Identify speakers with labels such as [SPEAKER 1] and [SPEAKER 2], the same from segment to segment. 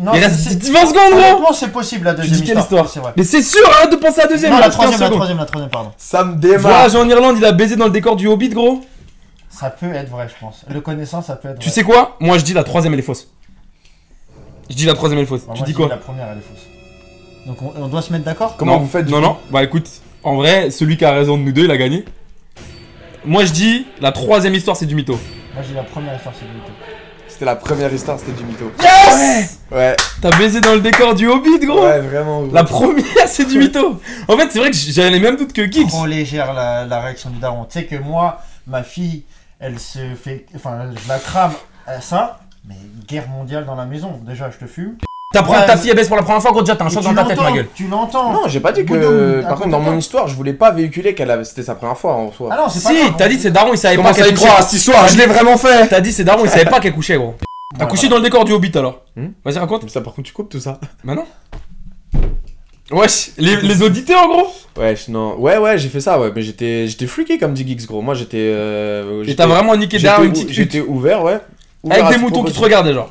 [SPEAKER 1] Non,
[SPEAKER 2] Il
[SPEAKER 1] c'est-
[SPEAKER 2] reste 20 secondes, gros
[SPEAKER 1] Honnêtement, c'est possible la deuxième
[SPEAKER 2] dis quelle histoire
[SPEAKER 1] C'est vrai.
[SPEAKER 2] Mais c'est sûr, arrête de penser à la deuxième
[SPEAKER 1] Non,
[SPEAKER 2] il
[SPEAKER 1] la
[SPEAKER 2] reste 15
[SPEAKER 1] troisième, la
[SPEAKER 2] secondes.
[SPEAKER 1] troisième, la troisième, pardon.
[SPEAKER 3] Ça me démarre.
[SPEAKER 2] Voyage en Irlande, il a baisé dans le décor du Hobbit, gros.
[SPEAKER 1] Ça peut être vrai, je pense. Le connaissant, ça peut être
[SPEAKER 2] Tu
[SPEAKER 1] vrai.
[SPEAKER 2] sais quoi Moi, je dis la troisième, elle est fausse. Je dis la troisième, elle est fausse.
[SPEAKER 1] Bah,
[SPEAKER 2] tu
[SPEAKER 1] moi,
[SPEAKER 2] dis
[SPEAKER 1] je
[SPEAKER 2] quoi
[SPEAKER 1] La première, elle est fausse. Donc, on, on doit se mettre d'accord
[SPEAKER 3] Comment
[SPEAKER 2] Non.
[SPEAKER 3] vous faites, du
[SPEAKER 2] Non,
[SPEAKER 3] coup
[SPEAKER 2] non. Bah écoute, en vrai, celui qui a raison de nous deux, il a gagné. Moi, je dis la troisième histoire, c'est du mytho.
[SPEAKER 1] Moi, j'ai la première histoire, c'est du tout.
[SPEAKER 3] C'était la première histoire, c'était du mytho.
[SPEAKER 2] Yes
[SPEAKER 3] Ouais,
[SPEAKER 2] T'as baisé dans le décor du Hobbit, gros.
[SPEAKER 3] ouais, vraiment. gros.
[SPEAKER 2] La première, c'est du mytho. En fait, c'est vrai que j'avais les mêmes doutes que Geeks.
[SPEAKER 1] Trop légère la, la réaction du daron. Tu sais que moi, ma fille, elle se fait. Enfin, je la crame à ça. Mais guerre mondiale dans la maison. Déjà, je te fume.
[SPEAKER 2] T'apprends
[SPEAKER 1] Ouais.
[SPEAKER 2] que ta fille elle baisse pour la première fois, gros, déjà t'as un
[SPEAKER 1] Et
[SPEAKER 2] choc
[SPEAKER 1] tu
[SPEAKER 2] dans ta tête, ma
[SPEAKER 1] l'entends,
[SPEAKER 2] gueule.
[SPEAKER 1] Tu l'entends.
[SPEAKER 3] Non, j'ai pas dit que.
[SPEAKER 1] Boudoum, à
[SPEAKER 3] Par contre,
[SPEAKER 1] côté
[SPEAKER 3] dans
[SPEAKER 1] de
[SPEAKER 3] mon
[SPEAKER 1] toi.
[SPEAKER 3] histoire, je voulais pas véhiculer qu'elle avait... c'était sa première fois en soi.
[SPEAKER 1] Ah non, c'est pas
[SPEAKER 2] Si,
[SPEAKER 1] grave.
[SPEAKER 2] t'as dit que c'est Daron, il savait pas Ah,
[SPEAKER 3] Commence à
[SPEAKER 2] qu'elle
[SPEAKER 3] y croire à
[SPEAKER 2] couchait.
[SPEAKER 3] cette histoire, je l'ai vraiment fait
[SPEAKER 2] T'as dit c'est Daron, il savait pas qu'elle couchait, gros. T'as
[SPEAKER 1] Ouais,
[SPEAKER 2] couché dans le décor du Hobbit alors.
[SPEAKER 3] Hmm
[SPEAKER 2] Vas-y, raconte.
[SPEAKER 3] Ça, par contre, tu coupes tout ça
[SPEAKER 2] Bah non. Wesh, les, les auditeurs, gros.
[SPEAKER 3] Ouais, je- non. Ouais, ouais, j'ai fait ça, ouais. Mais j'étais j'étais fliqué comme dit Geeks, gros. Moi, j'étais. euh,
[SPEAKER 2] Et t'as
[SPEAKER 3] j'étais-
[SPEAKER 2] vraiment niqué
[SPEAKER 3] j'étais
[SPEAKER 2] derrière une
[SPEAKER 3] ou-
[SPEAKER 2] petite hutte.
[SPEAKER 3] J'étais ouvert, ouais. Ouvert
[SPEAKER 2] Avec
[SPEAKER 3] à
[SPEAKER 2] des
[SPEAKER 3] toute
[SPEAKER 2] moutons qui te
[SPEAKER 3] proposition.
[SPEAKER 2] regardaient, genre.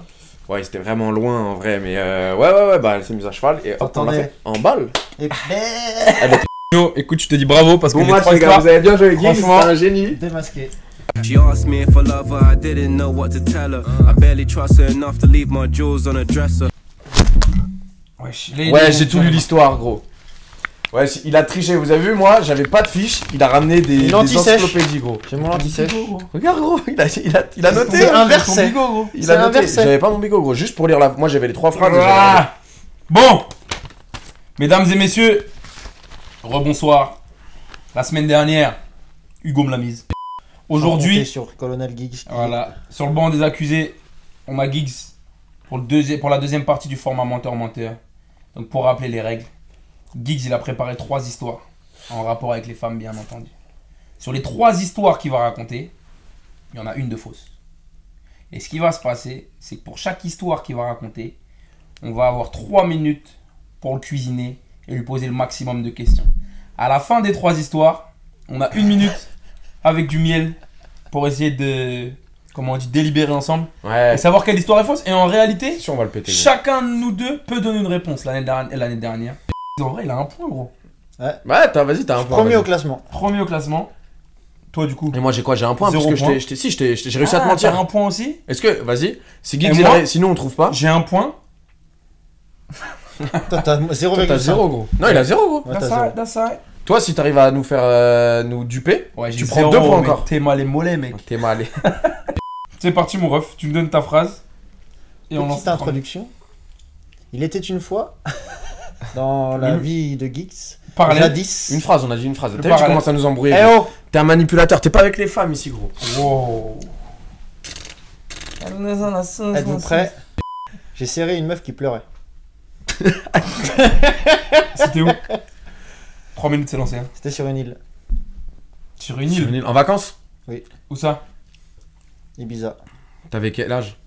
[SPEAKER 3] Ouais, c'était vraiment loin en vrai, mais euh, ouais, ouais, ouais, bah elle s'est mise à cheval et hop, on l'a
[SPEAKER 1] Attendez.
[SPEAKER 3] fait en balle.
[SPEAKER 1] Et
[SPEAKER 2] Yo, écoute, je te dis bravo parce que
[SPEAKER 3] Bon
[SPEAKER 2] les
[SPEAKER 3] match,
[SPEAKER 2] trois
[SPEAKER 3] les gars,
[SPEAKER 2] histoires.
[SPEAKER 3] vous avez bien joué, Guy, c'était
[SPEAKER 2] Franchement.
[SPEAKER 3] un génie.
[SPEAKER 1] ben, démasqué.
[SPEAKER 4] She asked me if I love her, I didn't know what to tell her. I barely trust her enough to leave my jewels on a dresser.
[SPEAKER 2] Wesh, les-
[SPEAKER 3] Ouais,
[SPEAKER 2] les-
[SPEAKER 3] j'ai tout lu l'histoire, gros. Ouais, si- il a triché, vous avez vu, moi, j'avais pas de fiche, il a ramené des, des
[SPEAKER 1] lentilles sèches.
[SPEAKER 3] encyclopédies, gros.
[SPEAKER 1] J'ai mon anti-sèche.
[SPEAKER 3] Regarde, gros, il a, il a, il a noté.
[SPEAKER 1] C'est
[SPEAKER 3] hein.
[SPEAKER 1] inversé.
[SPEAKER 3] Il
[SPEAKER 1] C'est
[SPEAKER 3] a noté.
[SPEAKER 1] inversé.
[SPEAKER 3] J'avais pas mon bigot, gros, juste pour lire la. Moi, j'avais les trois phrases. et j'avais
[SPEAKER 2] Ah. Bon, mesdames et messieurs, rebonsoir. La semaine dernière, Hugo me l'a mise.
[SPEAKER 1] On est
[SPEAKER 2] Aujourd'hui,
[SPEAKER 1] sur Colonel Giggs.
[SPEAKER 2] voilà, sur le banc des accusés, on m'a Giggs pour, le deuxi- pour la deuxième partie du format menteur-menteur. Donc pour rappeler les règles, Giggs il a préparé trois histoires en rapport avec les femmes bien entendu. Sur les trois histoires qu'il va raconter, il y en a une de fausse. Et ce qui va se passer, c'est que pour chaque histoire qu'il va raconter, on va avoir trois minutes pour le cuisiner et lui poser le maximum de questions. À la fin des trois histoires, on a une minute avec du miel pour essayer de comment on dit délibérer ensemble
[SPEAKER 3] les- Ouais,
[SPEAKER 2] et savoir quelle histoire est fausse. Et en réalité,
[SPEAKER 3] si on va le péter. gros.
[SPEAKER 2] Chacun de nous deux peut donner une réponse l'année dernière. L'année dernière. En vrai, il a un point, gros.
[SPEAKER 3] Ouais, t'as- vas-y, t'as un point.
[SPEAKER 1] Premier
[SPEAKER 3] vas-y.
[SPEAKER 1] au classement.
[SPEAKER 2] Premier au classement. Toi, du coup.
[SPEAKER 3] Et moi, j'ai quoi J'ai un point,
[SPEAKER 2] Zéro
[SPEAKER 3] parce que je
[SPEAKER 2] point.
[SPEAKER 3] t'ai- je t'ai. Si, je t'ai- je t'ai- j'ai réussi à te
[SPEAKER 2] Ah,
[SPEAKER 3] mentir.
[SPEAKER 2] t'as un point aussi
[SPEAKER 3] Est-ce que, vas-y, si
[SPEAKER 2] Et
[SPEAKER 3] Geeks, il
[SPEAKER 2] moi
[SPEAKER 3] a- sinon on trouve pas.
[SPEAKER 2] J'ai un point.
[SPEAKER 1] Toi, t'as 0,5.
[SPEAKER 3] Toi, t'as zéro, gros. Non, il a zéro, gros.
[SPEAKER 1] Ouais,
[SPEAKER 2] That's
[SPEAKER 1] t'as
[SPEAKER 2] right,
[SPEAKER 1] zéro.
[SPEAKER 2] that's right.
[SPEAKER 3] Toi, si t'arrives à nous faire euh, nous duper,
[SPEAKER 2] Ouais, j'ai
[SPEAKER 3] Tu
[SPEAKER 2] zéro,
[SPEAKER 3] prends deux points
[SPEAKER 2] mais
[SPEAKER 3] encore.
[SPEAKER 2] T'es mal les mollets, mec.
[SPEAKER 3] t'es mal.
[SPEAKER 2] C'est parti, mon ref. Tu me donnes ta phrase. Et on lance.
[SPEAKER 1] Petite
[SPEAKER 2] le
[SPEAKER 1] introduction. Il était une fois dans la
[SPEAKER 2] Le-
[SPEAKER 1] vie de Geeks.
[SPEAKER 2] premier. Parallèle.
[SPEAKER 1] Jadis.
[SPEAKER 3] Une phrase, on a dit une phrase.
[SPEAKER 2] Le
[SPEAKER 3] T'as vu, tu
[SPEAKER 2] parallèle.
[SPEAKER 3] commences à nous embrouiller.
[SPEAKER 1] Eh
[SPEAKER 3] gros.
[SPEAKER 1] oh
[SPEAKER 3] T'es un manipulateur, t'es pas avec les femmes ici, gros.
[SPEAKER 2] Wow.
[SPEAKER 1] Êtes-vous prêts J'ai serré une meuf qui pleurait.
[SPEAKER 2] C'était où 3 minutes, c'est lancé. hein.
[SPEAKER 1] C'était sur une île.
[SPEAKER 2] Sur une
[SPEAKER 3] Sur
[SPEAKER 2] île.
[SPEAKER 3] une île. En vacances
[SPEAKER 2] Où ça
[SPEAKER 1] Ibiza.
[SPEAKER 3] T'avais quel âge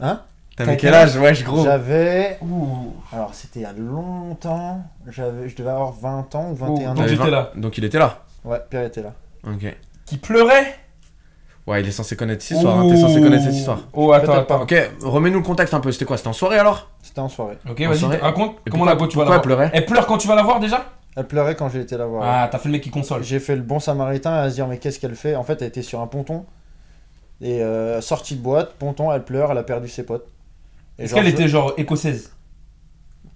[SPEAKER 1] Hein
[SPEAKER 3] T'avais quel âge Wesh, gros.
[SPEAKER 1] J'avais.
[SPEAKER 2] Oh. Ouh.
[SPEAKER 1] Alors, c'était il y a longtemps. J'avais... Je devais avoir 20 ans ou
[SPEAKER 2] Oh,
[SPEAKER 1] 21
[SPEAKER 2] donc
[SPEAKER 1] ans.
[SPEAKER 3] T'avais
[SPEAKER 2] j'étais
[SPEAKER 3] vingt-
[SPEAKER 2] là.
[SPEAKER 3] Donc il était là.
[SPEAKER 1] Ouais, Pierre était là.
[SPEAKER 3] Ok.
[SPEAKER 2] Qui pleurait
[SPEAKER 3] Ouais, il est censé connaître cette histoire. hein, T'es censé connaître cette histoire.
[SPEAKER 2] Oh, attends,
[SPEAKER 1] Peut-être pas.
[SPEAKER 2] attends.
[SPEAKER 3] Ok, remets-nous le contexte un peu. C'était quoi C'était en soirée alors
[SPEAKER 1] C'était en soirée.
[SPEAKER 2] Ok,
[SPEAKER 3] En
[SPEAKER 2] vas-y,
[SPEAKER 3] soirée.
[SPEAKER 2] raconte.
[SPEAKER 3] Et
[SPEAKER 2] comment
[SPEAKER 3] pourquoi-
[SPEAKER 2] la voix tu vas la
[SPEAKER 3] pourquoi
[SPEAKER 2] voir
[SPEAKER 3] elle pleurait
[SPEAKER 2] Elle pleure quand tu vas la voir déjà
[SPEAKER 1] Elle pleurait quand j'ai été la voir.
[SPEAKER 2] Ah, t'as fait le mec qui console.
[SPEAKER 1] J'ai fait le bon samaritain à se dire mais qu'est-ce qu'elle fait En fait elle était sur un ponton et euh, sortie de boîte, ponton, elle pleure, elle a perdu ses potes. Et
[SPEAKER 2] Est-ce
[SPEAKER 1] genre,
[SPEAKER 2] qu'elle
[SPEAKER 1] je-
[SPEAKER 2] était genre écossaise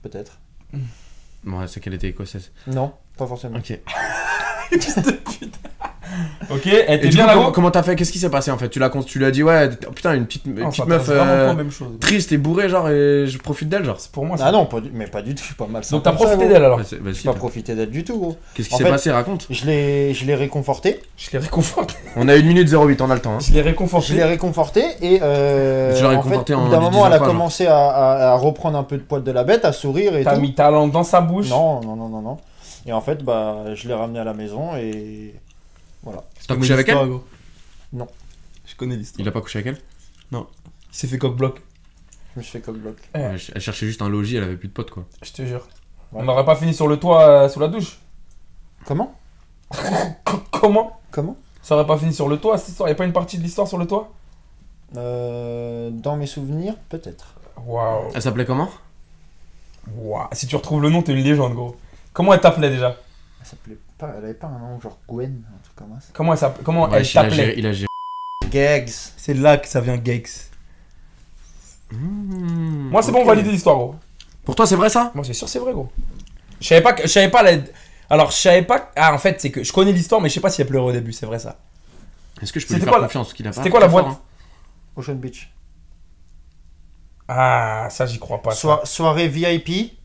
[SPEAKER 1] Peut-être.
[SPEAKER 3] Ouais, c'est qu'elle était écossaise.
[SPEAKER 1] Non, pas forcément.
[SPEAKER 3] Ok. Et
[SPEAKER 2] Ok, elle était
[SPEAKER 3] du
[SPEAKER 2] bien
[SPEAKER 3] coup,
[SPEAKER 2] la
[SPEAKER 3] comment-
[SPEAKER 2] go
[SPEAKER 3] comment t'as fait Qu'est-ce qui s'est passé en fait Tu l'as con- tu lui as dit ouais, t- oh, putain, une petite, une
[SPEAKER 2] Non, ça
[SPEAKER 3] petite meuf
[SPEAKER 2] passe vraiment
[SPEAKER 3] euh,
[SPEAKER 2] pas la même chose.
[SPEAKER 3] triste et bourrée, genre, et je profite d'elle, genre.
[SPEAKER 2] C'est pour moi ça.
[SPEAKER 1] Ah non, pas du- mais pas du tout, pas mal. ça
[SPEAKER 2] Donc t'as
[SPEAKER 1] comme ça,
[SPEAKER 2] profité
[SPEAKER 1] gros.
[SPEAKER 2] d'elle alors
[SPEAKER 3] Ouais, c'est- bah,
[SPEAKER 1] J'ai
[SPEAKER 3] si,
[SPEAKER 1] pas
[SPEAKER 3] bah.
[SPEAKER 1] profité d'elle du tout. gros.
[SPEAKER 3] Qu'est-ce qui
[SPEAKER 1] En
[SPEAKER 3] s'est
[SPEAKER 1] fait-
[SPEAKER 3] passé Raconte.
[SPEAKER 1] Je l'ai, je l'ai réconfortée.
[SPEAKER 2] Je l'ai réconforté.
[SPEAKER 3] On a une minute 08, on a le temps. hein.
[SPEAKER 2] Je l'ai
[SPEAKER 1] Je l'ai
[SPEAKER 2] réconforté.
[SPEAKER 1] réconfortée et euh,
[SPEAKER 3] Tu l'as
[SPEAKER 1] en fait,
[SPEAKER 3] réconfortée
[SPEAKER 1] au bout
[SPEAKER 3] en
[SPEAKER 1] d'un
[SPEAKER 3] lui
[SPEAKER 1] moment
[SPEAKER 3] disant
[SPEAKER 1] elle a
[SPEAKER 3] quoi, genre
[SPEAKER 1] commencé à, à- à reprendre un peu de poil de la bête, à sourire et
[SPEAKER 2] T'as
[SPEAKER 1] tout.
[SPEAKER 2] mis ta langue dans sa bouche.
[SPEAKER 1] Non, non, non, non, non. Et en fait bah je l'ai ramenée à la maison et
[SPEAKER 3] T'as couché avec elle
[SPEAKER 1] Non.
[SPEAKER 2] Je connais l'histoire.
[SPEAKER 3] Il a pas couché avec elle
[SPEAKER 2] Il s'est fait coq-bloc.
[SPEAKER 1] je me suis fait coq bloc.
[SPEAKER 2] Ouais.
[SPEAKER 3] Ouais, Elle cherchait juste un logis, elle avait plus de potes quoi.
[SPEAKER 2] Je te jure.
[SPEAKER 1] Ouais.
[SPEAKER 2] On n'aurait pas fini sur le toit euh, sous la douche
[SPEAKER 1] Comment
[SPEAKER 2] Co- Comment
[SPEAKER 1] Comment
[SPEAKER 2] Ça aurait pas fini sur le toit cette histoire Y'a pas une partie de l'histoire sur le toit
[SPEAKER 1] Euh, dans mes souvenirs, peut-être.
[SPEAKER 2] Waouh.
[SPEAKER 3] Elle s'appelait comment
[SPEAKER 2] Waouh. Si tu retrouves le nom, t'es une légende, gros. Comment elle t'appelait déjà
[SPEAKER 1] Elle s'appelait pas, elle avait pas un nom genre Gwen, un truc comme ça.
[SPEAKER 2] Comment elle s'appelait Comment elle
[SPEAKER 3] Wesh, il a
[SPEAKER 2] t'appelait
[SPEAKER 3] géré- Il a géré.
[SPEAKER 1] Gags.
[SPEAKER 2] C'est là que ça vient Gex.
[SPEAKER 3] Mmh.
[SPEAKER 2] Moi, c'est bon, valider l'histoire, gros.
[SPEAKER 3] Pour toi, c'est vrai ça
[SPEAKER 2] Moi, c'est sûr, c'est vrai, gros. Je savais pas que. Je savais pas la. Alors, je savais pas. Ah, en fait, c'est que je connais l'histoire, mais je sais pas si elle pleurait au début, c'est vrai ça.
[SPEAKER 3] Est-ce que je peux lui
[SPEAKER 2] C'était
[SPEAKER 3] faire
[SPEAKER 2] quoi la-
[SPEAKER 3] confiance qu'il a pas
[SPEAKER 2] C'était quoi la
[SPEAKER 3] Très fort,
[SPEAKER 2] boîte
[SPEAKER 3] hein.
[SPEAKER 1] Ocean Beach.
[SPEAKER 2] Ah, ça, j'y crois pas. ça.
[SPEAKER 1] Soi- soirée VIP.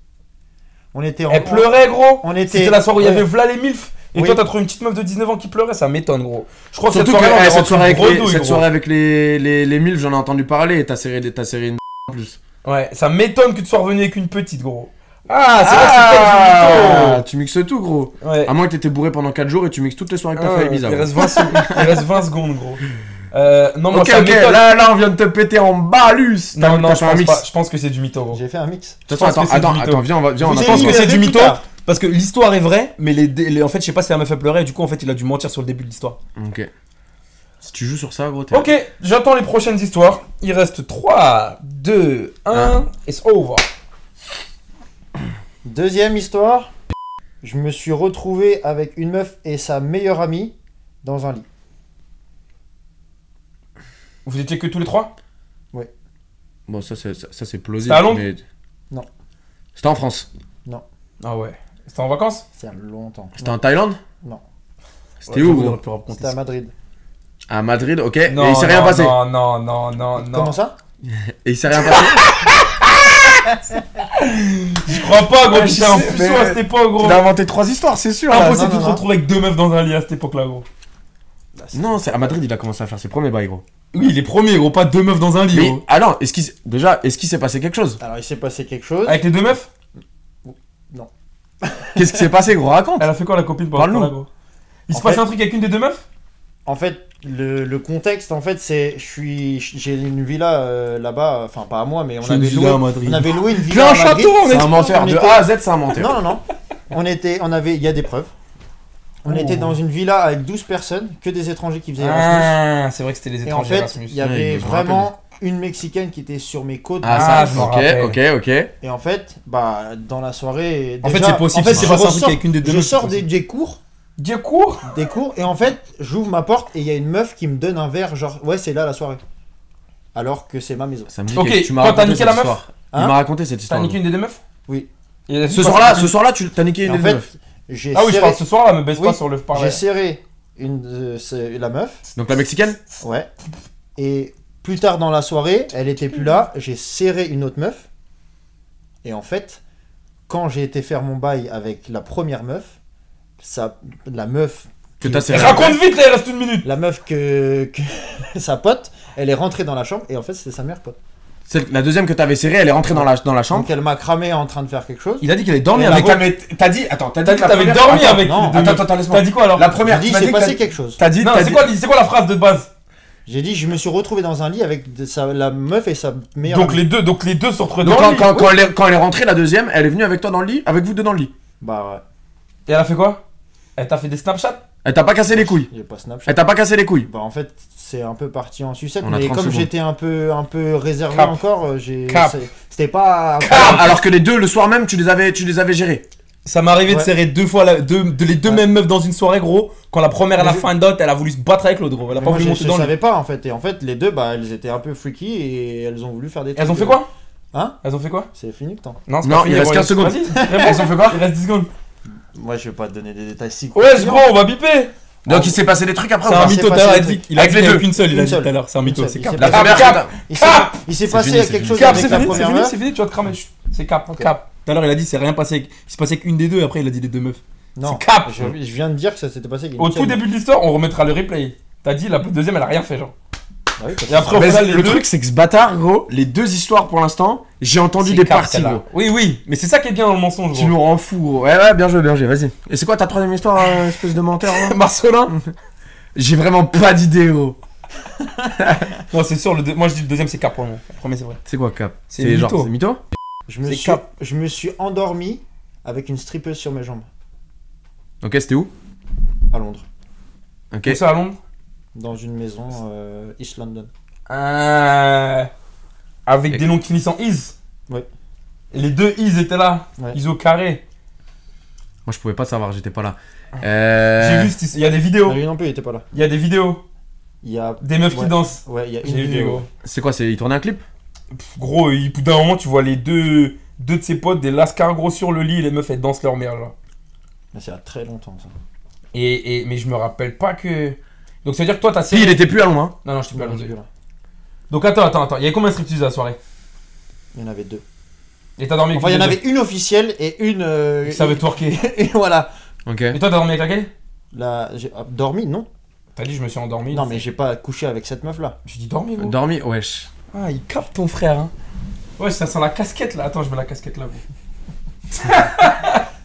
[SPEAKER 1] On était en.
[SPEAKER 2] Elle pleurait, gros.
[SPEAKER 1] On était.
[SPEAKER 2] C'était la soirée où il y
[SPEAKER 1] Ouais.
[SPEAKER 2] avait Vla les MILF. Et
[SPEAKER 1] Oui.
[SPEAKER 2] toi, t'as trouvé une petite meuf de 19 ans qui pleurait, ça m'étonne, gros. Je crois que
[SPEAKER 3] Surtout
[SPEAKER 2] cette soirée,
[SPEAKER 3] que
[SPEAKER 2] on
[SPEAKER 3] eh,
[SPEAKER 2] est
[SPEAKER 3] cette
[SPEAKER 2] rentré
[SPEAKER 3] soirée avec
[SPEAKER 2] gros
[SPEAKER 3] les,
[SPEAKER 2] douille,
[SPEAKER 3] cette
[SPEAKER 2] gros.
[SPEAKER 3] soirée avec les, les, les milfs, j'en ai entendu parler et t'as serré, des- t'as serré une en plus.
[SPEAKER 2] Ouais, ça m'étonne que tu sois revenu avec une petite, gros. Ah, c'est
[SPEAKER 3] Ah,
[SPEAKER 2] vrai
[SPEAKER 3] tu mixes tout gros.
[SPEAKER 2] que c'était
[SPEAKER 3] À moins que t'étais bourré pendant 4 jours et tu mixes toutes les soirées que t'as fait à
[SPEAKER 2] Ouais.
[SPEAKER 3] Ibiza.
[SPEAKER 2] Ah, Il
[SPEAKER 3] gros.
[SPEAKER 2] reste 20 secondes, il reste 20 secondes, gros. Euh, non, moi,
[SPEAKER 3] Ok,
[SPEAKER 2] ça
[SPEAKER 3] ok,
[SPEAKER 2] m'étonne.
[SPEAKER 3] là, là, on vient de te péter en balus. T'as-
[SPEAKER 2] Non, non,
[SPEAKER 3] t'as
[SPEAKER 2] je
[SPEAKER 3] fait un
[SPEAKER 2] pense
[SPEAKER 3] mix.
[SPEAKER 2] pas. Je pense que c'est du mytho, gros.
[SPEAKER 1] J'ai fait un mix.
[SPEAKER 3] De toute façon,
[SPEAKER 2] pense que
[SPEAKER 3] attends,
[SPEAKER 2] c'est du
[SPEAKER 3] attends,
[SPEAKER 2] mytho.
[SPEAKER 3] attends, viens, on va, viens, on
[SPEAKER 1] Vous avez
[SPEAKER 3] attend.
[SPEAKER 2] pense que
[SPEAKER 1] mis
[SPEAKER 2] c'est
[SPEAKER 1] le
[SPEAKER 2] du mytho.
[SPEAKER 1] résultat.
[SPEAKER 2] Parce que l'histoire est vraie, mais les, dé- les- en fait, je sais pas si la meuf elle pleurait, et du coup, en fait, il a dû mentir sur le début de l'histoire.
[SPEAKER 3] Ok. Si tu joues sur ça, gros, t'es.
[SPEAKER 2] Ok, j'attends les prochaines histoires. Il reste 3, 2, 1, it's over.
[SPEAKER 1] Deuxième histoire. Je me suis retrouvé avec une meuf et sa meilleure amie dans un lit.
[SPEAKER 2] Vous étiez que tous les trois
[SPEAKER 3] Bon, ça, c'est, ça, ça, c'est
[SPEAKER 2] C'était
[SPEAKER 3] plausible.
[SPEAKER 2] à Londres
[SPEAKER 3] mais-
[SPEAKER 1] Non.
[SPEAKER 3] C'était en France.
[SPEAKER 2] Ah ouais. C'était en vacances
[SPEAKER 1] C'est il y a longtemps.
[SPEAKER 3] C'était en Thaïlande
[SPEAKER 1] Non.
[SPEAKER 3] C'était où,
[SPEAKER 2] j'avoue,
[SPEAKER 3] gros
[SPEAKER 2] j'aurais pu raconter
[SPEAKER 1] C'était à
[SPEAKER 2] ça.
[SPEAKER 1] Madrid.
[SPEAKER 3] À Madrid, ok. et il s'est rien
[SPEAKER 2] non,
[SPEAKER 3] passé.
[SPEAKER 2] Non, non, non, Ah, non, non.
[SPEAKER 1] Comment ça
[SPEAKER 3] Et il s'est rien passé.
[SPEAKER 2] Je crois pas, gros,
[SPEAKER 3] Ouais,
[SPEAKER 2] j'étais
[SPEAKER 3] je
[SPEAKER 2] un
[SPEAKER 3] sais,
[SPEAKER 2] puceau
[SPEAKER 3] mais-
[SPEAKER 2] à cette époque, gros.
[SPEAKER 3] Il a inventé trois histoires, c'est sûr. là.
[SPEAKER 1] non,
[SPEAKER 2] Impossible de
[SPEAKER 1] non,
[SPEAKER 2] te
[SPEAKER 1] non.
[SPEAKER 2] retrouver avec deux meufs dans un lit à cette époque-là, gros.
[SPEAKER 3] Ah, Non, c'est à Madrid, il a commencé à faire ses premiers bails, gros.
[SPEAKER 2] Oui, les premiers, gros, pas deux meufs dans un lit,
[SPEAKER 3] Mais
[SPEAKER 2] gros.
[SPEAKER 3] alors, est-ce qu'il s- déjà, est-ce qu'il s'est passé quelque chose
[SPEAKER 1] Alors il s'est passé quelque chose.
[SPEAKER 2] Avec les deux meufs
[SPEAKER 3] Qu'est-ce qui s'est passé, gros Raconte.
[SPEAKER 2] Elle a fait quoi la copine pendant
[SPEAKER 3] Parle-nous.
[SPEAKER 2] là, gros Il se
[SPEAKER 1] En
[SPEAKER 2] passe
[SPEAKER 1] fait-
[SPEAKER 2] un truc avec une des deux meufs
[SPEAKER 1] En fait, le, le contexte, en fait, c'est, je suis, j'ai une villa euh, là-bas, enfin pas à moi, mais on avait loué, on avait loué une villa. à Madrid.
[SPEAKER 3] C'est un menteur.
[SPEAKER 1] on
[SPEAKER 3] De
[SPEAKER 1] était-
[SPEAKER 3] A à Z, c'est un menteur.
[SPEAKER 1] Non, non, non. On était, on avait, il y a des preuves. On
[SPEAKER 2] Oh.
[SPEAKER 1] était dans une villa avec 12 personnes, que des étrangers qui faisaient Erasmus.
[SPEAKER 2] Ah, c'est vrai que c'était les
[SPEAKER 1] Et en
[SPEAKER 2] étrangers
[SPEAKER 1] fait,
[SPEAKER 2] Erasmus.
[SPEAKER 1] il y avait
[SPEAKER 3] Ouais, je me rappelle.
[SPEAKER 1] vraiment une mexicaine qui était sur mes côtes.
[SPEAKER 2] Ah, je m'en rappelle.
[SPEAKER 3] ok, ok, ok.
[SPEAKER 1] Et en fait, bah, dans la soirée.
[SPEAKER 2] En
[SPEAKER 1] déjà-
[SPEAKER 2] fait, c'est possible,
[SPEAKER 1] En fait,
[SPEAKER 2] si
[SPEAKER 1] je
[SPEAKER 2] tu passes un truc
[SPEAKER 1] ressors,
[SPEAKER 2] avec une des deux
[SPEAKER 1] je
[SPEAKER 2] meufs, c'est
[SPEAKER 1] sors des,
[SPEAKER 2] possible.
[SPEAKER 1] des cours,
[SPEAKER 2] Du coup
[SPEAKER 1] des cours, et en fait, j'ouvre ma porte et il y a une meuf qui me donne un verre, genre, ouais, c'est là la soirée. Alors que c'est ma maison.
[SPEAKER 3] Ça me dit
[SPEAKER 2] Ok,
[SPEAKER 3] que tu m'as
[SPEAKER 2] toi, t'as
[SPEAKER 3] raconté
[SPEAKER 2] niqué
[SPEAKER 3] cette
[SPEAKER 2] la meuf
[SPEAKER 3] histoire. Il
[SPEAKER 1] Hein
[SPEAKER 3] m'a raconté cette
[SPEAKER 2] T'as
[SPEAKER 3] histoire.
[SPEAKER 2] niqué une des deux meufs
[SPEAKER 1] Oui.
[SPEAKER 2] Et elle-
[SPEAKER 3] Ce soir-là, ce soir-là, tu t'as niqué
[SPEAKER 1] Et
[SPEAKER 3] une
[SPEAKER 1] en
[SPEAKER 3] des
[SPEAKER 1] fait,
[SPEAKER 3] meufs.
[SPEAKER 1] j'ai
[SPEAKER 2] Ah oui, je
[SPEAKER 1] serré,
[SPEAKER 2] parle ce soir-là, me baisse
[SPEAKER 1] Oui,
[SPEAKER 2] pas sur le
[SPEAKER 1] j'ai
[SPEAKER 2] parler.
[SPEAKER 1] serré une de ces- la meuf,
[SPEAKER 3] Donc la mexicaine
[SPEAKER 1] ouais. Et plus tard dans la soirée, elle était plus là, j'ai serré une autre meuf. Et en fait, quand j'ai été faire mon bail avec la première meuf, ça, la meuf,
[SPEAKER 3] que t'as serré.
[SPEAKER 2] Raconte vite, là, il reste une minute.
[SPEAKER 1] la meuf que, que- sa pote, elle est rentrée dans la chambre et en fait c'était sa mère pote.
[SPEAKER 3] Celle- La deuxième que t'avais serrée, elle est rentrée dans la dans la chambre.
[SPEAKER 1] Donc elle m'a cramé en train de faire quelque chose.
[SPEAKER 3] Il a dit qu'il allait dormir
[SPEAKER 1] Et
[SPEAKER 3] avec.
[SPEAKER 1] la
[SPEAKER 3] T'as dit, attends, t'as
[SPEAKER 2] T'as dit que t'avais dormi avec
[SPEAKER 1] non,
[SPEAKER 2] les deux
[SPEAKER 3] attends,
[SPEAKER 2] meufs.
[SPEAKER 3] attends, laisse-moi.
[SPEAKER 2] T'as dit quoi alors
[SPEAKER 3] La
[SPEAKER 1] J'ai
[SPEAKER 3] première,
[SPEAKER 1] dit
[SPEAKER 3] tu
[SPEAKER 1] il
[SPEAKER 3] m'as
[SPEAKER 1] s'est
[SPEAKER 3] dit que
[SPEAKER 1] passé
[SPEAKER 3] t'as-
[SPEAKER 1] quelque chose.
[SPEAKER 3] t'as dit,
[SPEAKER 2] Non,
[SPEAKER 3] t'as
[SPEAKER 2] c'est
[SPEAKER 3] dit-
[SPEAKER 2] quoi, c'est quoi la phrase de base
[SPEAKER 1] J'ai dit je me suis retrouvé dans un lit avec de- sa- la meuf et sa meilleure.
[SPEAKER 2] Donc
[SPEAKER 1] amie.
[SPEAKER 2] les deux, donc les deux se retrouvent
[SPEAKER 3] Donc
[SPEAKER 2] dans
[SPEAKER 3] quand,
[SPEAKER 2] le lit.
[SPEAKER 3] quand- quand elle est, quand elle est rentrée, la deuxième, elle est venue avec toi dans le lit, avec vous deux dans le lit.
[SPEAKER 1] Bah ouais.
[SPEAKER 2] Et elle a fait quoi Elle t'a fait des Snapchats
[SPEAKER 3] Elle t'a pas cassé les couilles.
[SPEAKER 1] J'ai pas Snapchat.
[SPEAKER 3] Elle t'a pas cassé les couilles.
[SPEAKER 1] Bah en fait, c'est un peu parti en sucette,
[SPEAKER 3] On a
[SPEAKER 1] mais
[SPEAKER 3] 30
[SPEAKER 1] comme
[SPEAKER 3] secondes.
[SPEAKER 1] j'étais un peu un peu réservé
[SPEAKER 2] Cap.
[SPEAKER 1] encore, euh, j'ai
[SPEAKER 2] Cap.
[SPEAKER 1] c'est- c'était pas
[SPEAKER 3] Alors, alors que les deux, le soir même, tu les avais, tu les avais gérés.
[SPEAKER 2] Ça m'est arrivé de
[SPEAKER 1] Ouais.
[SPEAKER 2] serrer deux fois la- deux- de, les deux
[SPEAKER 1] Ouais.
[SPEAKER 2] mêmes meufs dans une soirée, gros. Quand la première, à la
[SPEAKER 1] Mais je-
[SPEAKER 2] fin d'autre, elle a voulu se battre avec l'autre, gros. Elle a
[SPEAKER 1] Mais
[SPEAKER 2] pas
[SPEAKER 1] moi,
[SPEAKER 2] voulu
[SPEAKER 1] je,
[SPEAKER 2] monter
[SPEAKER 1] je
[SPEAKER 2] dans le lit.
[SPEAKER 1] savais pas en fait et en fait les deux bah elles étaient un peu freaky et elles ont voulu faire des
[SPEAKER 2] Elles
[SPEAKER 1] trucs,
[SPEAKER 2] ont fait
[SPEAKER 1] euh,
[SPEAKER 2] quoi
[SPEAKER 1] Hein
[SPEAKER 2] Elles ont fait quoi
[SPEAKER 1] C'est fini le temps.
[SPEAKER 2] c'est
[SPEAKER 3] Non,
[SPEAKER 2] pas fini,
[SPEAKER 3] il reste
[SPEAKER 2] gros,
[SPEAKER 3] 15 secondes.
[SPEAKER 2] Vas-y, réponds.
[SPEAKER 3] Elles ont fait quoi
[SPEAKER 2] Il reste 10 secondes.
[SPEAKER 1] Moi je vais pas te donner des détails si
[SPEAKER 2] Ouais, gros, on va biper.
[SPEAKER 3] Donc il s'est passé des trucs après.
[SPEAKER 2] C'est
[SPEAKER 3] ou
[SPEAKER 2] un
[SPEAKER 3] pas
[SPEAKER 1] mi-
[SPEAKER 2] mytho,
[SPEAKER 1] passé
[SPEAKER 2] tout à l'heure,
[SPEAKER 1] un
[SPEAKER 2] il a dit
[SPEAKER 1] truc.
[SPEAKER 2] qu'il a
[SPEAKER 3] Avec
[SPEAKER 2] dit qu'il
[SPEAKER 3] les
[SPEAKER 2] avait
[SPEAKER 3] deux.
[SPEAKER 2] qu'une seule, il a
[SPEAKER 1] Une
[SPEAKER 2] dit tout
[SPEAKER 1] seule.
[SPEAKER 2] à l'heure, c'est un mytho,
[SPEAKER 1] seule,
[SPEAKER 2] c'est
[SPEAKER 1] il
[SPEAKER 2] cap.
[SPEAKER 1] s'est
[SPEAKER 3] La
[SPEAKER 1] passé-
[SPEAKER 3] première.
[SPEAKER 2] cap.
[SPEAKER 1] Il s'est
[SPEAKER 2] Cap.
[SPEAKER 1] il s'est passé
[SPEAKER 3] fini, c'est
[SPEAKER 1] quelque
[SPEAKER 3] fini.
[SPEAKER 1] chose
[SPEAKER 2] Cap,
[SPEAKER 1] avec
[SPEAKER 2] c'est
[SPEAKER 1] la
[SPEAKER 2] fini, c'est
[SPEAKER 1] première
[SPEAKER 2] fini,
[SPEAKER 1] meuf.
[SPEAKER 2] c'est fini, tu vas te cramer. Chut, C'est cap, cap. Tout à l'heure, il a dit, c'est rien passé. avec- Il s'est passé avec une des deux, et après, il a dit les deux meufs.
[SPEAKER 1] Non,
[SPEAKER 2] C'est cap.
[SPEAKER 1] je, je viens de dire que ça s'était passé. avec une
[SPEAKER 2] Au tout
[SPEAKER 1] seule.
[SPEAKER 2] début de l'histoire, on remettra le replay. T'as dit, la deuxième, elle a rien fait, genre.
[SPEAKER 1] Bah oui, parce
[SPEAKER 2] Et après, au
[SPEAKER 3] Mais
[SPEAKER 2] final, les
[SPEAKER 3] le
[SPEAKER 2] deux.
[SPEAKER 3] truc, c'est que ce bâtard, gros, les deux histoires pour l'instant, j'ai entendu
[SPEAKER 2] c'est
[SPEAKER 3] des
[SPEAKER 2] cap,
[SPEAKER 3] parties,
[SPEAKER 2] celle-là.
[SPEAKER 3] gros.
[SPEAKER 2] Oui, oui, mais c'est ça qui est bien dans le mensonge,
[SPEAKER 3] Tu
[SPEAKER 2] gros.
[SPEAKER 3] nous rends fou, gros. Ouais, ouais, bien joué, bien joué, vas-y. Et c'est quoi ta troisième histoire, euh, espèce de menteur, là
[SPEAKER 2] Marcelin
[SPEAKER 3] J'ai vraiment pas d'idée, gros.
[SPEAKER 2] Non, c'est sûr, le deux- moi je dis le deuxième, c'est cap pour le moment. Le premier, c'est vrai.
[SPEAKER 3] C'est quoi, Cap
[SPEAKER 2] C'est mytho.
[SPEAKER 3] genre, c'est mytho
[SPEAKER 1] que je me
[SPEAKER 2] c'est
[SPEAKER 1] suis
[SPEAKER 2] cap.
[SPEAKER 1] je me suis endormi avec une strippeuse sur mes jambes
[SPEAKER 3] Ok, c'était où
[SPEAKER 1] à Londres
[SPEAKER 3] Ok.
[SPEAKER 2] Tout ça à Londres
[SPEAKER 1] dans une maison euh, East London.
[SPEAKER 2] Euh, Avec des noms qui finissent en is.
[SPEAKER 1] Ouais.
[SPEAKER 2] Et les deux ils étaient là,
[SPEAKER 1] Ouais.
[SPEAKER 2] ils au carré.
[SPEAKER 3] Moi, je pouvais pas savoir, j'étais pas là. Euh...
[SPEAKER 2] J'ai vu, cette- il y a des vidéos,
[SPEAKER 1] Lui non plus, il était pas là.
[SPEAKER 2] il y a des vidéos,
[SPEAKER 1] Il y a.
[SPEAKER 2] des meufs
[SPEAKER 1] Ouais.
[SPEAKER 2] qui dansent.
[SPEAKER 1] Ouais, il y a une
[SPEAKER 2] J'ai vu,
[SPEAKER 1] vidéo.
[SPEAKER 2] gros.
[SPEAKER 3] C'est quoi c'est... Il tournait un clip
[SPEAKER 2] Pff, Gros, il- d'un moment, tu vois les deux, deux de ses potes, des lascars gros sur le lit, et les meufs elles dansent leur merde là.
[SPEAKER 1] Mais Ah, c'est à très longtemps ça.
[SPEAKER 2] Et, et- mais je me rappelle pas que. Donc ça veut dire que toi t'as
[SPEAKER 3] Si, il était plus à loin.
[SPEAKER 2] Non, non, je t'ai pas
[SPEAKER 1] Ouais,
[SPEAKER 2] allongé.
[SPEAKER 1] là.
[SPEAKER 2] Donc attends, attends, attends, il y avait combien de striptease à la soirée
[SPEAKER 1] Il y en avait deux.
[SPEAKER 2] Et t'as dormi avec
[SPEAKER 1] Enfin, il y en
[SPEAKER 2] qui
[SPEAKER 1] avait une officielle et une. euh,
[SPEAKER 2] Qui savait twerker.
[SPEAKER 1] une- voilà.
[SPEAKER 3] Ok.
[SPEAKER 2] Et toi t'as dormi avec laquelle
[SPEAKER 1] Là, j'ai ah, dormi, non
[SPEAKER 2] T'as dit je me suis endormi.
[SPEAKER 1] Non, mais j'ai pas couché avec cette meuf là.
[SPEAKER 2] J'ai dit dormi gros.
[SPEAKER 3] Dormi Wesh.
[SPEAKER 2] Ah, il capte ton frère, hein. Ouais, ça sent la casquette là. Attends, je mets la casquette là. gros.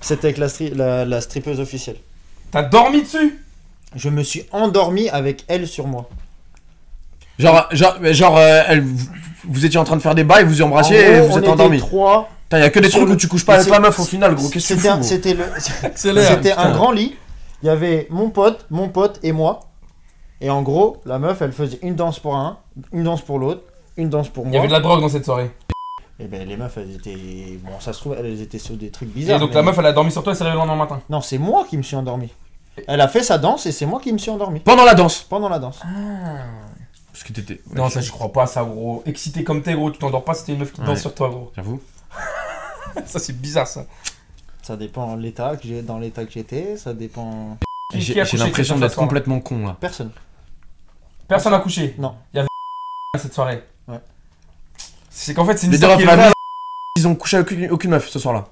[SPEAKER 1] C'était avec la, stri- la, la strippeuse officielle.
[SPEAKER 2] T'as dormi dessus
[SPEAKER 1] Je me suis endormi avec elle sur moi.
[SPEAKER 3] Genre, genre, mais genre euh, elle- vous, vous étiez en train de faire des bails, vous vous embrassiez
[SPEAKER 1] En gros,
[SPEAKER 3] et Ah, vous
[SPEAKER 1] on
[SPEAKER 3] êtes
[SPEAKER 1] était
[SPEAKER 3] endormi.
[SPEAKER 1] trois.
[SPEAKER 3] Putain, y a que des
[SPEAKER 1] Sur
[SPEAKER 3] trucs
[SPEAKER 1] le-
[SPEAKER 3] où tu couches pas
[SPEAKER 1] Mais
[SPEAKER 3] avec
[SPEAKER 1] c'est-
[SPEAKER 3] la meuf au final, gros. Qu'est-ce que
[SPEAKER 1] C'était
[SPEAKER 3] tu fous
[SPEAKER 1] un-
[SPEAKER 3] gros
[SPEAKER 1] C'était le.
[SPEAKER 2] Accélère
[SPEAKER 1] C'était un
[SPEAKER 2] putain.
[SPEAKER 1] grand lit. Il y avait mon pote, mon pote et moi. Et en gros, la meuf, elle faisait une danse pour un, une danse pour l'autre, une danse pour
[SPEAKER 2] Il y
[SPEAKER 1] moi.
[SPEAKER 2] avait de la drogue dans cette soirée.
[SPEAKER 1] Et ben les meufs, elles étaient. Bon, ça se trouve, elles étaient sur des trucs
[SPEAKER 2] Et
[SPEAKER 1] bizarres.
[SPEAKER 2] donc
[SPEAKER 1] mais-
[SPEAKER 2] la meuf elle a dormi sur toi et s'est réveillée le lendemain matin.
[SPEAKER 1] Non, c'est moi qui me suis endormi. Elle a fait sa danse et c'est moi qui me suis endormi
[SPEAKER 3] Pendant la danse.
[SPEAKER 1] pendant la danse.
[SPEAKER 2] Ah,
[SPEAKER 3] Parce que t'étais.
[SPEAKER 2] Non, ça je crois pas ça gros. Excité comme t'es gros, tu t'endors pas si t'es une meuf qui
[SPEAKER 3] Ouais.
[SPEAKER 2] danse sur toi gros.
[SPEAKER 3] J'avoue.
[SPEAKER 2] Ça c'est bizarre ça.
[SPEAKER 1] Ça dépend l'état que j'ai dans l'état que j'étais, ça dépend
[SPEAKER 2] Qui- qui
[SPEAKER 3] J'ai
[SPEAKER 2] a
[SPEAKER 3] j'ai
[SPEAKER 2] couché
[SPEAKER 3] l'impression
[SPEAKER 2] sur
[SPEAKER 3] d'être
[SPEAKER 2] cette soirée
[SPEAKER 3] complètement con là.
[SPEAKER 1] personne.
[SPEAKER 2] Personne n'a couché
[SPEAKER 1] Non.
[SPEAKER 2] Il y avait à cette soirée.
[SPEAKER 1] Ouais.
[SPEAKER 2] C'est qu'en fait c'est une
[SPEAKER 3] Les deux
[SPEAKER 2] histoire qui est
[SPEAKER 3] refs, la
[SPEAKER 2] vraie.
[SPEAKER 3] vie, ils ont couché avec aucune, aucune meuf ce soir-là.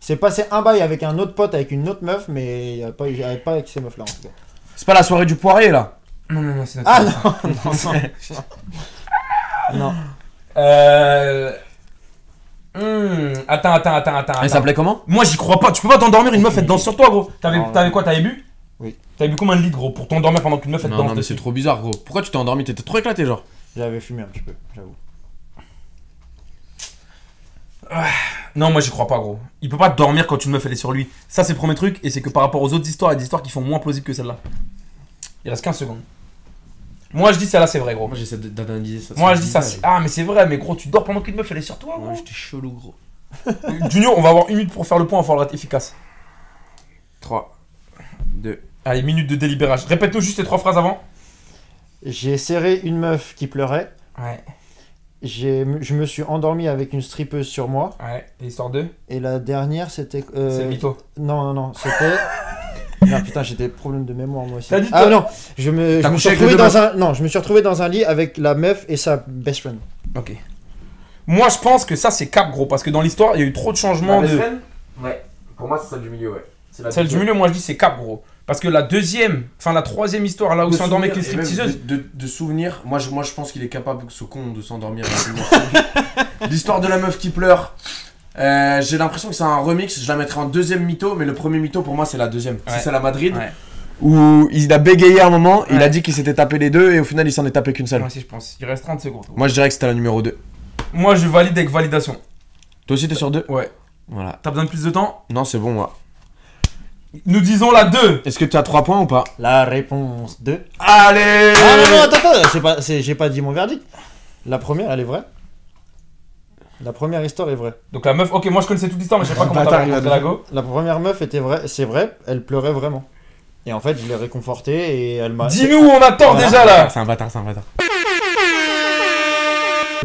[SPEAKER 1] C'est passé un bail avec un autre pote avec une autre meuf mais il y avait pas j'avais pas avec ces meufs là en tout cas.
[SPEAKER 3] C'est pas la soirée du poirier là.
[SPEAKER 2] Non, non, non, c'est notre
[SPEAKER 1] Ah
[SPEAKER 2] soirée.
[SPEAKER 1] non. non, non. Non.
[SPEAKER 2] Euh... hmm, Attends, attends, attends, attends.
[SPEAKER 3] Elle
[SPEAKER 2] attends.
[SPEAKER 3] s'appelait comment
[SPEAKER 2] Moi j'y crois pas, tu peux pas t'endormir, une meuf elle danse sur toi gros. T'avais,
[SPEAKER 1] Non,
[SPEAKER 2] t'avais
[SPEAKER 1] non.
[SPEAKER 2] quoi, t'avais bu
[SPEAKER 1] Oui.
[SPEAKER 2] T'avais bu combien de litres gros pour t'endormir pendant qu'une meuf elle
[SPEAKER 3] Non,
[SPEAKER 2] danse
[SPEAKER 3] non, mais c'est
[SPEAKER 2] dessus
[SPEAKER 3] trop bizarre gros. Pourquoi tu t'es endormi T'étais trop éclaté genre.
[SPEAKER 1] J'avais fumé un petit peu, j'avoue.
[SPEAKER 2] Non, moi j'y crois pas gros. Il peut pas dormir quand une meuf elle est sur lui. Ça c'est le premier truc et c'est que par rapport aux autres histoires, il y a des histoires qui font moins plausibles que celle-là. Il reste 15 secondes. Moi je dis celle-là c'est vrai gros.
[SPEAKER 3] j'essaie d'analyser ça.
[SPEAKER 2] Moi je dis ça, c'est- ah mais c'est vrai, mais gros tu dors pendant qu'une meuf elle est sur toi gros.
[SPEAKER 3] j'étais chelou gros.
[SPEAKER 2] Junior, on va avoir une minute pour faire le point, on va falloir être efficace.
[SPEAKER 3] 3, 2.
[SPEAKER 2] Allez, minute de délibérage. Répète-nous juste les trois phrases avant.
[SPEAKER 1] J'ai serré une meuf qui pleurait.
[SPEAKER 2] Ouais,
[SPEAKER 1] J'ai, je me suis endormi avec une stripeuse sur moi.
[SPEAKER 2] ouais. Et Histoire 2,
[SPEAKER 1] Et la dernière, c'était. euh,
[SPEAKER 2] c'est le mytho.
[SPEAKER 1] non, non, non, c'était. non, putain, j'ai des problèmes de mémoire moi aussi.
[SPEAKER 2] T'as dit
[SPEAKER 1] ah
[SPEAKER 2] toi-
[SPEAKER 1] non, je me, je
[SPEAKER 3] T'as
[SPEAKER 1] me
[SPEAKER 3] couché
[SPEAKER 1] suis
[SPEAKER 3] avec
[SPEAKER 1] retrouvé
[SPEAKER 3] les deux
[SPEAKER 1] dans un. Non, je me suis retrouvé dans un lit avec la meuf et sa best friend.
[SPEAKER 2] Ok. Moi, je pense que ça, c'est cap, gros, parce que dans l'histoire, il y a eu trop de
[SPEAKER 3] Bah,
[SPEAKER 2] changements. de...
[SPEAKER 3] Ouais. Pour moi, c'est celle du milieu, ouais. C'est la
[SPEAKER 2] Celle du milieu, moi, je dis, c'est cap, gros. Parce que la deuxième, enfin, la troisième histoire, là où
[SPEAKER 3] De
[SPEAKER 2] ils s'endorment avec les
[SPEAKER 3] souvenir et même
[SPEAKER 2] stripteaseuses.
[SPEAKER 3] De, de, de souvenirs, moi je, moi je pense qu'il est capable, ce con, de s'endormir. avec une meuf. L'histoire de la meuf qui pleure, euh, j'ai l'impression que c'est un remix, je la mettrai en deuxième mytho, mais le premier mytho pour moi c'est la deuxième.
[SPEAKER 2] Ouais.
[SPEAKER 3] C'est celle à Madrid,
[SPEAKER 2] Ouais.
[SPEAKER 3] où il a bégayé un moment, il
[SPEAKER 2] Ouais.
[SPEAKER 3] a dit qu'il s'était tapé les deux, et au final il s'en est tapé qu'une seule.
[SPEAKER 2] Moi aussi, je pense. Il reste 30 secondes.
[SPEAKER 3] Moi je dirais que c'était la numéro 2.
[SPEAKER 2] Moi, je valide avec validation.
[SPEAKER 3] Toi aussi t'es sur deux
[SPEAKER 2] Ouais.
[SPEAKER 3] Voilà.
[SPEAKER 2] T'as besoin de plus de temps
[SPEAKER 3] Non, c'est bon moi.
[SPEAKER 2] Nous disons la 2.
[SPEAKER 3] Est-ce que tu as 3 points ou pas
[SPEAKER 1] La réponse 2.
[SPEAKER 2] Eh
[SPEAKER 3] Allez
[SPEAKER 1] Ah non, non, attends, attends, c'est pas, c'est- j'ai pas dit mon verdict. La première, elle est vraie. La première histoire est vraie.
[SPEAKER 2] Donc la meuf, ok, moi, je connaissais toute l'histoire, mais je sais pas comment
[SPEAKER 3] Bâtard,
[SPEAKER 2] t'as
[SPEAKER 3] il a
[SPEAKER 2] rencontré
[SPEAKER 3] dit-
[SPEAKER 2] la go.
[SPEAKER 1] La première meuf était vraie, c'est vrai, elle pleurait vraiment. Et en fait, je l'ai réconfortée et elle m'a.
[SPEAKER 2] Dis-nous, où on a tort
[SPEAKER 1] Voilà.
[SPEAKER 2] déjà, là.
[SPEAKER 3] C'est un bâtard, c'est un bâtard.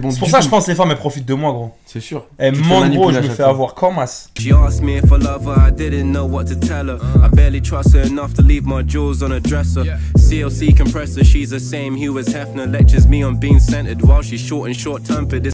[SPEAKER 3] Bon,
[SPEAKER 2] C'est pour
[SPEAKER 3] du
[SPEAKER 2] ça,
[SPEAKER 3] tout,
[SPEAKER 2] je pense, les femmes, elles profitent de moi, gros.
[SPEAKER 3] C'est sûr.
[SPEAKER 2] Elles
[SPEAKER 3] Tu te
[SPEAKER 2] mentent, gros,
[SPEAKER 3] manipules
[SPEAKER 2] je me
[SPEAKER 3] à chaque
[SPEAKER 2] fais
[SPEAKER 3] fois.
[SPEAKER 2] avoir comme as.
[SPEAKER 4] She asked me if I love her, I didn't know what to tell her. I barely trust her enough to leave my jewels on a dresser. CLC compressor, she's the same hue as Hefner. Lectures me on being centered while she's short and short tempered.